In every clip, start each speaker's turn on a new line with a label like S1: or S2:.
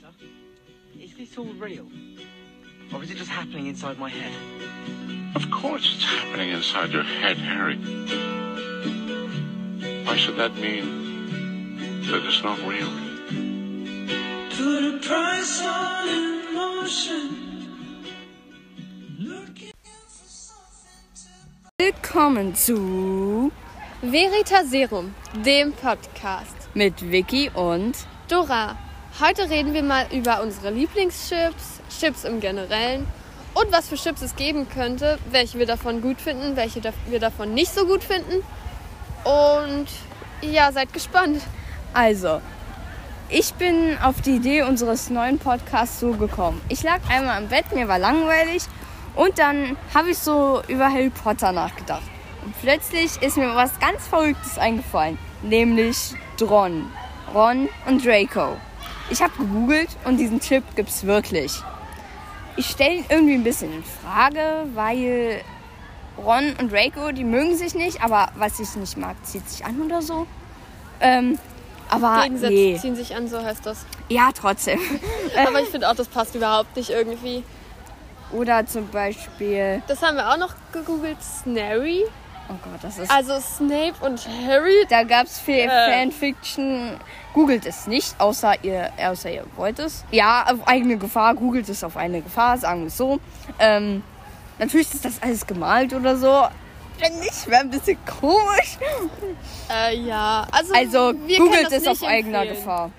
S1: wonder is this all real? Or is it just happening inside my head?
S2: Of course it's happening inside your head, Harry. Why should that mean that it's not real?
S3: Put a price on emotion. Looking for something to
S4: Willkommen zu
S5: Veritaserum, dem Podcast.
S4: mit Vicky und
S5: Dora, heute reden wir mal über unsere Lieblingschips, Chips im Generellen und was für Chips es geben könnte, welche wir davon gut finden, welche da- wir davon nicht so gut finden. Und ja, seid gespannt.
S4: also ich bin auf die Idee unseres neuen Podcasts so gekommen. Ich lag einmal im Bett, mir war langweilig und dann habe ich so über Harry Potter nachgedacht. Und plötzlich ist mir was ganz Verrücktes eingefallen, nämlich Dron, Ron und Draco. Ich habe gegoogelt und diesen Chip gibt's wirklich. Ich stelle ihn irgendwie ein bisschen in Frage, weil Ron und Draco, die mögen sich nicht, aber was ich nicht mag, zieht sich an oder so. Ähm, aber
S5: Gegensätze
S4: nee. Äh.
S5: ziehen sich an, so heißt das.
S4: Ja, trotzdem.
S5: Aber ich finde auch, das passt überhaupt nicht irgendwie.
S4: Oder zum Beispiel.
S5: Das haben wir auch noch gegoogelt. Snary.
S4: Oh Gott, das ist.
S5: Also Snape und Harry.
S4: Da gab es viel
S5: Äh.
S4: Fanfiction. Googelt es nicht, außer ihr, außer ihr wollt es. Ja, auf eigene Gefahr. Googelt es auf eigene Gefahr, sagen wir es so. Ähm, natürlich ist das alles gemalt oder so. Wenn nicht, wäre ein bisschen komisch.
S5: Äh, ja, also,
S4: Also
S5: wir können
S4: googelt
S5: das
S4: es
S5: nicht
S4: auf eigener
S5: empfehlen.
S4: Gefahr.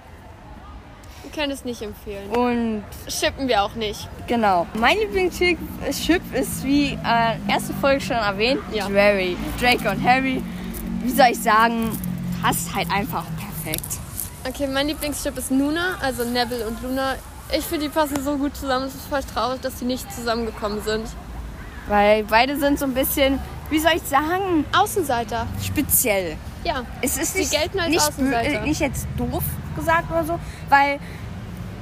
S5: Wir können es nicht empfehlen.
S4: Und
S5: Schippen wir auch nicht.
S4: Genau. Mein Lieblingschip ist, wie äh, erste Folge schon erwähnt,
S5: Ja.
S4: Jerry. Drake und Harry. Wie soll ich sagen, passt halt einfach perfekt.
S5: Okay, mein Lieblingschip ist Luna, also Neville und Luna. Ich finde, die passen so gut zusammen. Es ist voll traurig, dass die nicht zusammengekommen sind.
S4: Weil beide sind so ein bisschen, wie soll ich sagen,
S5: Außenseiter,
S4: speziell.
S5: ja.
S4: Es ist
S5: Sie
S4: nicht,
S5: gelten als
S4: nicht, bö-
S5: Außenseiter.
S4: äh, nicht jetzt doof gesagt oder so, weil,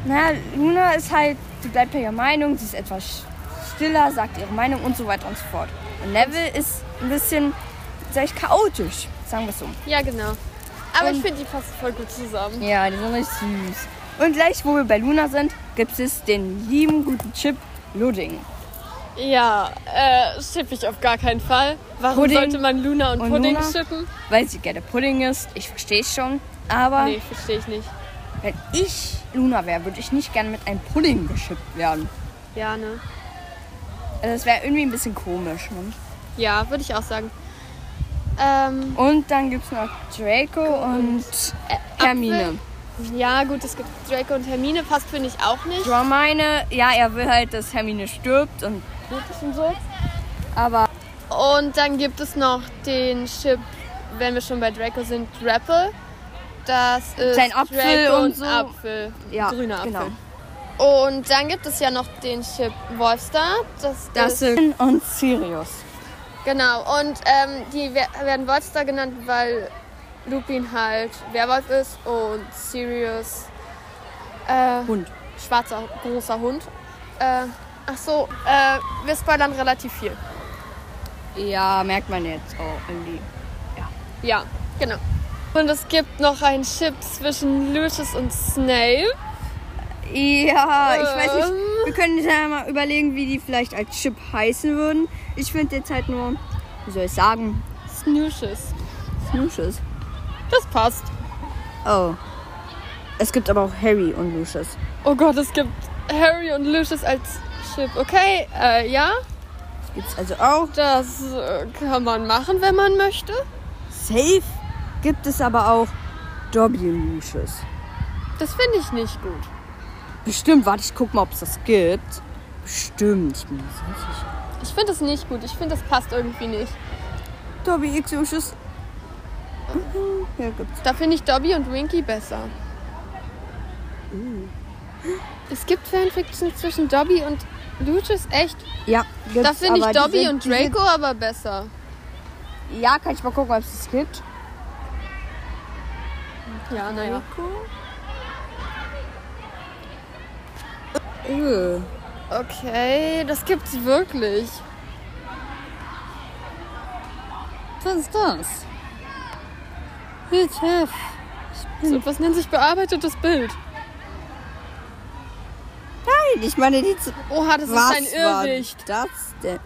S4: naja, Luna ist halt, die bleibt bei ihrer Meinung, sie ist etwas stiller, sagt ihre Meinung und so weiter und so fort. Und Neville ist ein bisschen, sag ich, chaotisch, sagen wir es so.
S5: Ja, genau. Aber ich
S4: Und-
S5: finde, die passen voll gut zusammen.
S4: Ja, die sind richtig süß. Und gleich, wo wir bei Luna sind, gibt es den lieben guten Chip Pudding.
S5: Ja, äh, schippe ich auf gar keinen Fall. Warum
S4: Pudding
S5: sollte man Luna und,
S4: und
S5: Pudding
S4: Luna?
S5: schippen?
S4: Weil sie gerne Pudding ist, ich verstehe es schon. Aber
S5: Nee, verstehe ich nicht.
S4: wenn ich Luna wäre, würde ich nicht gerne mit einem Pudding geschippt werden.
S5: Ja, ne?
S4: Also das wäre irgendwie ein bisschen komisch. Ne?
S5: Ja, würde ich auch sagen. Ähm,
S4: Und dann gibt es noch Draco und äh,
S5: Äh,
S4: Hermine.
S5: ja, gut, es gibt Draco und Hermine, passt finde ich auch nicht.
S4: Hermine, ja, er will halt, dass Hermine stirbt und gut ist und so. Aber
S5: Und dann gibt es noch den Chip, wenn wir schon bei Draco sind, Rapple. Das ist
S4: Sein Apfel
S5: Draco
S4: und
S5: und
S4: so.
S5: Apfel.
S4: ja,
S5: Grüner Apfel.
S4: genau.
S5: Und dann gibt es ja noch den Chip Wolfstar. Das,
S4: Das
S5: ist,
S4: sind und Sirius.
S5: genau. Und ähm, die wer- werden Wolfstar genannt, weil Lupin halt Werwolf ist und Sirius äh,
S4: Hund.
S5: schwarzer großer Hund. Äh, ach so, äh, wir spoilern relativ viel.
S4: Ja, merkt man jetzt auch irgendwie.
S5: Ja, genau. Und es gibt noch einen Chip zwischen Lucius und Snape.
S4: Ja, ich weiß nicht.
S5: Ähm.
S4: Wir können ja mal überlegen, wie die vielleicht als Chip heißen würden. Ich finde jetzt halt nur, wie soll ich sagen,
S5: Snoocious.
S4: Lucius.
S5: Das passt.
S4: Oh. Es gibt aber auch Harry und Lucius.
S5: Oh Gott, es gibt Harry und Lucius als Chip. Okay, äh, ja,
S4: Das gibt's also auch.
S5: das äh, kann man machen, wenn man möchte.
S4: Safe gibt es aber auch Dobby und Lucius.
S5: Das finde ich nicht gut.
S4: Bestimmt, warte, ich guck mal, ob es das gibt. Bestimmt, ich bin mir so sicher.
S5: Ich finde es nicht gut. Ich finde, das passt irgendwie nicht.
S4: Dobby X Lucius. Mhm, Ja, gibt's.
S5: Da finde ich Dobby und Winky besser. Es gibt Fanfiction zwischen Dobby und Lucius, echt?
S4: Ja, gibt's.
S5: Da finde ich
S4: aber die
S5: Dobby
S4: sind-
S5: und
S4: die sind-
S5: Draco aber besser.
S4: Ja, kann ich mal gucken, ob es das gibt.
S5: Ja, naja.
S6: Öh,
S4: Äh.
S5: Okay, das gibt's wirklich.
S4: Was ist das? Mit Chef.
S5: So, was nennt sich bearbeitetes Bild?
S4: Nein, ich meine die Z
S5: Oha, das
S4: Was
S5: ist ein
S4: war
S5: Irrwicht.
S4: das denn?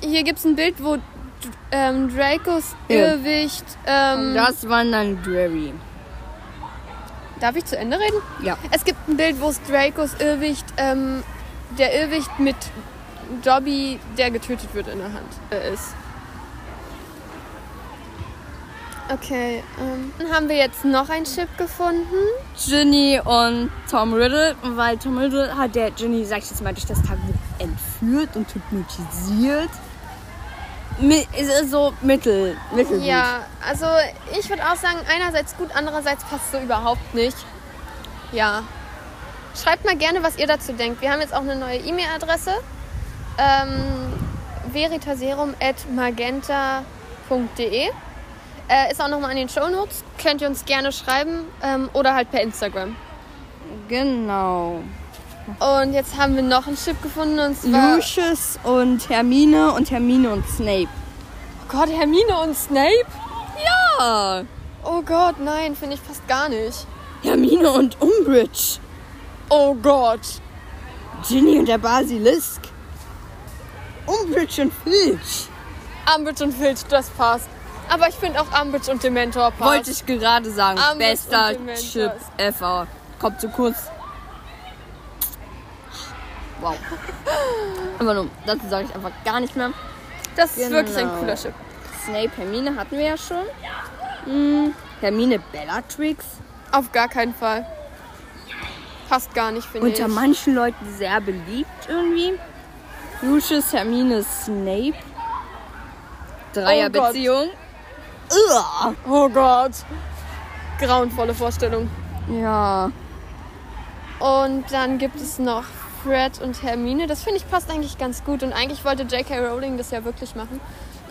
S5: Hier gibt es ein Bild, wo ähm, Dracos
S4: Ja.
S5: Irrwicht.
S6: Mm.
S5: Ähm,
S4: Das war dann Dreary.
S5: Darf ich zu Ende reden?
S4: Ja.
S5: Es gibt ein Bild, wo es Dracos Irrwicht, ähm, der Irrwicht mit Dobby, der getötet wird, in der Hand äh, ist. Okay, ähm, dann haben wir jetzt noch ein Chip gefunden.
S6: Ginny und Tom Riddle, weil Tom Riddle hat der Ginny, sag ich jetzt mal, durch das Tagebuch
S4: Entführt und hypnotisiert.
S6: mi- ist es so mittel.
S4: Mittelgut.
S5: Ja, also ich würde auch sagen, einerseits gut, andererseits passt so überhaupt nicht. Ja. Schreibt mal gerne, was ihr dazu denkt. Wir haben jetzt auch eine neue E-Mail-Adresse. Ähm, veritaserum.magenta.de äh, Ist auch nochmal in den Shownotes. Könnt ihr uns gerne schreiben ähm, oder halt per Instagram.
S4: Genau.
S5: Und jetzt haben wir noch einen Chip gefunden und zwar...
S4: Lucius und Hermine und Hermine und Snape.
S5: Oh Gott, Hermine und Snape?
S4: Ah,
S5: Oh Gott, nein, finde ich fast gar nicht.
S4: Hermine und Umbridge.
S5: Oh Gott.
S4: Ginny und der Basilisk. Umbridge und Filch.
S5: Ambridge und Filch, das passt. Aber ich finde auch Ambridge und Dementor passt.
S4: Wollte ich gerade sagen.
S5: Ambus
S4: Bester
S5: und Dementos.
S4: Chip ever. Kommt zu kurz. Wow. Aber nun, dazu sage ich einfach gar nicht mehr.
S5: Das ist
S4: Genau.
S5: wirklich ein cooler Chip.
S4: Snape, Hermine hatten wir ja schon. Hm, Hermine Bellatrix.
S5: Auf gar keinen Fall. Passt gar nicht, finde ich.
S4: Unter manchen Leuten sehr beliebt irgendwie. Lucius, Hermine, Snape. Dreierbeziehung. Uah.
S5: Oh Gott. Grauenvolle Vorstellung.
S4: Ja.
S5: Und dann gibt es noch Fred und Hermine. Das finde ich passt eigentlich ganz gut. Und eigentlich wollte J.K. Rowling das ja wirklich machen.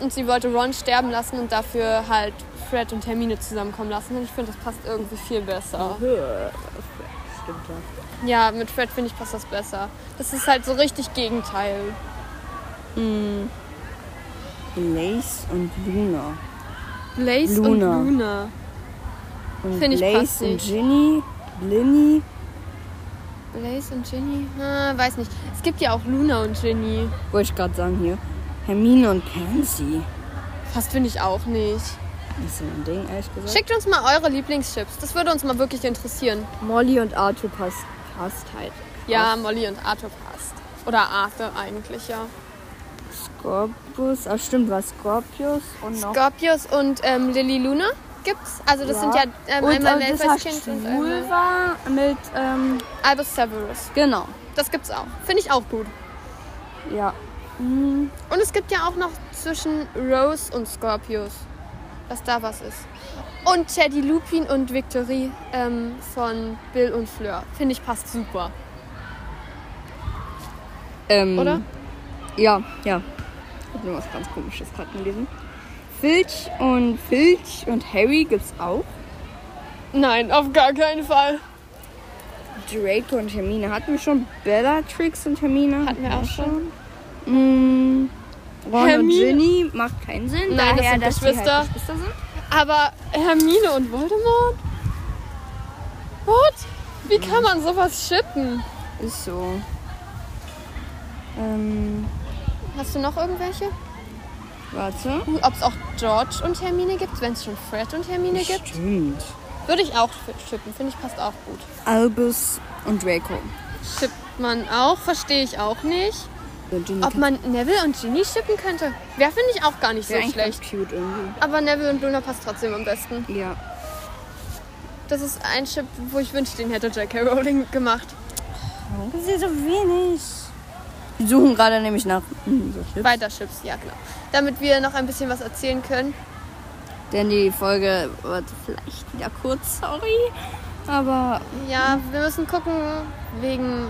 S5: Und sie wollte Ron sterben lassen und dafür halt Fred und Hermine zusammenkommen lassen. Und ich finde, das passt irgendwie viel besser. Ja, mit Fred finde ich passt das besser. Das ist halt so richtig Gegenteil.
S4: Blaze und Luna.
S5: Blaze
S4: Luna.
S5: und Luna.
S4: Und
S5: Finde ich passt
S4: Blaze und
S5: nicht.
S4: Ginny. Linny.
S5: Blaze und Ginny? Ah, weiß nicht. Es gibt ja auch Luna und Ginny.
S4: Wollte ich gerade sagen hier. Hermine und Pansy.
S5: Passt finde ich auch nicht.
S4: Ist so ein Ding, ehrlich gesagt.
S5: Schickt uns mal eure Lieblingschips. Das würde uns mal wirklich interessieren.
S4: Molly und Arthur passt, passt halt.
S5: Ja, Molly und Arthur passt. Oder Arthur eigentlich, ja.
S4: Scorpius. Ah, stimmt, war Scorpius. Und noch.
S5: Scorpius und ähm, Lily Luna gibt's. Also das sind ja ähm,
S4: und
S5: einmal
S4: äh, das war
S5: Malfoys Kind und
S4: schwul
S5: einmal
S4: war mit, ähm,
S5: Albus Severus.
S4: genau.
S5: Das gibt's auch. Finde ich auch gut.
S4: Ja.
S5: Und es gibt ja auch noch zwischen Rose und Scorpius, dass da was ist. Und Teddy Lupin und Victory ähm, von Bill und Fleur. Finde ich passt super,
S4: Ähm,
S5: oder?
S4: Ja, ja. Ich hab nur was ganz komisches gerade gelesen. Filch und Filch und Harry gibt's auch.
S5: Nein, auf gar keinen Fall.
S4: Draco und Hermine hatten wir schon. Bellatrix und Hermine
S5: Hatten wir auch schon.
S4: Mm, Ron
S5: Hermine-
S4: und Ginny macht keinen Sinn.
S5: Nein, das
S4: daher,
S5: sind
S4: dass die
S5: Geschwister.
S4: Halt Geschwister sind.
S5: Aber Hermine und Voldemort? What? Wie kann man sowas shippen?
S4: Ist so. Ähm,
S5: Hast du noch irgendwelche?
S4: warte.
S5: Ob es auch George und Hermine gibt, wenn es schon Fred und Hermine gibt?
S4: Stimmt.
S5: Würde ich auch fi- shippen. Finde ich passt auch gut.
S4: Albus und Draco.
S5: Shippt man auch, verstehe ich auch nicht.
S4: Und Ginny
S5: Ob man Neville und Ginny shippen könnte? Wäre, finde ich, auch gar nicht so
S4: wär eigentlich ganz
S5: schlecht.
S4: cute irgendwie.
S5: Aber Neville und Luna passt trotzdem am besten.
S4: Ja.
S5: Das ist ein Chip, wo ich wünschte, den hätte J.K. Rowling gemacht.
S4: Warum sind sie so wenig? Wir suchen gerade nämlich nach hm, so Chips.
S5: Weiter Chips, ja genau. Damit wir noch ein bisschen was erzählen können.
S4: Denn die Folge wird vielleicht wieder kurz, sorry. Aber
S5: Ja, wir müssen gucken, wegen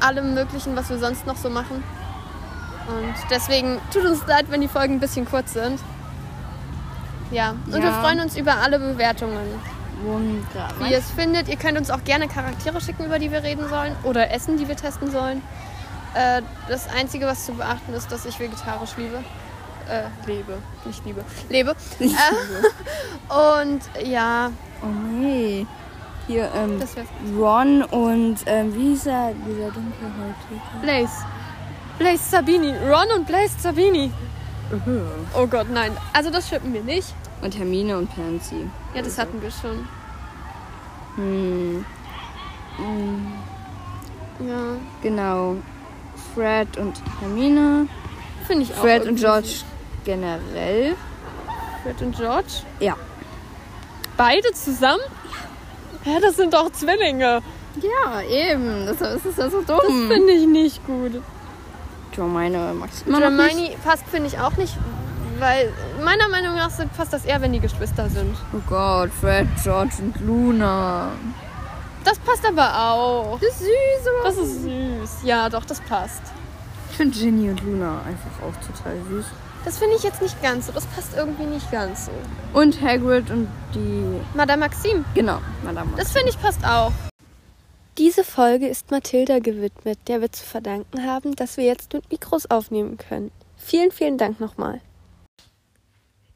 S5: allem Möglichen, was wir sonst noch so machen. Und deswegen tut uns leid, wenn die Folgen ein bisschen kurz sind. Ja, und wir
S4: Ja.
S5: freuen uns über alle Bewertungen. Wie ihr
S4: wunderbar.
S5: es findet, ihr könnt uns auch gerne Charaktere schicken, über die wir reden sollen. Oder Essen, die wir testen sollen. Äh, das Einzige, was zu beachten ist, dass ich vegetarisch liebe. Äh, lebe, nicht liebe. Lebe. Äh, und ja,
S4: Oh nee. Hier, ähm,
S5: Das wär's.
S4: Ron und, ähm, wie hieß er, dieser dunkelhäutige?
S5: Blaze. Blaze Sabini. Ron und Blaze Sabini. Oh Gott, nein. Also das schippen wir nicht.
S4: Und Hermine und Pansy.
S5: Ja, das hatten wir schon.
S4: Hm,
S5: Ja,
S4: genau. Fred und Hermine.
S5: finde ich auch.
S4: Fred und
S5: irgendwie
S4: George generell.
S5: süß. Fred und George.
S4: Ja.
S5: Beide zusammen? Ja, das sind doch Zwillinge.
S4: Ja, eben. Das ist, das so
S5: Das finde ich nicht gut.
S4: Hermine magst du immer noch nicht?
S5: Hermione passt, finde ich auch nicht, weil meiner Meinung nach sind- passt das eher, wenn die Geschwister sind.
S4: Oh Gott, Fred, George und Luna.
S5: Das passt aber auch.
S4: Das ist süß, aber
S5: Das ist süß. Ja, doch, das passt.
S4: Ich finde Ginny und Luna einfach auch total süß.
S5: Das finde ich jetzt nicht ganz so. Das passt irgendwie nicht ganz so.
S4: Und Hagrid und die...
S5: Madame Maxim,
S4: Genau, Madame.
S5: das finde ich passt auch. Diese Folge ist Mathilda gewidmet, der wir zu verdanken haben, dass wir jetzt mit Mikros aufnehmen können. Vielen, vielen Dank nochmal.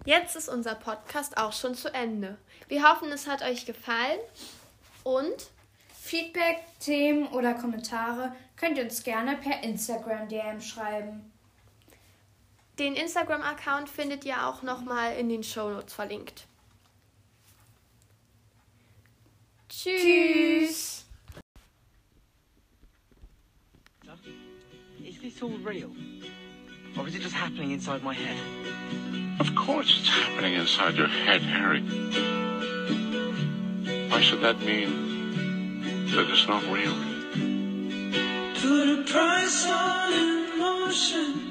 S5: Jetzt ist unser Podcast auch schon zu Ende. Wir hoffen, es hat euch gefallen und
S7: Feedback, Themen oder Kommentare könnt ihr uns gerne per Instagram DM schreiben.
S5: den Instagram-Account findet ihr auch nochmal in den Shownotes verlinkt. Tschüss.
S8: Is this all real? Or is it just happening inside my head?
S2: Of course it's happening inside your head, Harry. Why should that mean that it's not real?
S1: Put a price on emotion.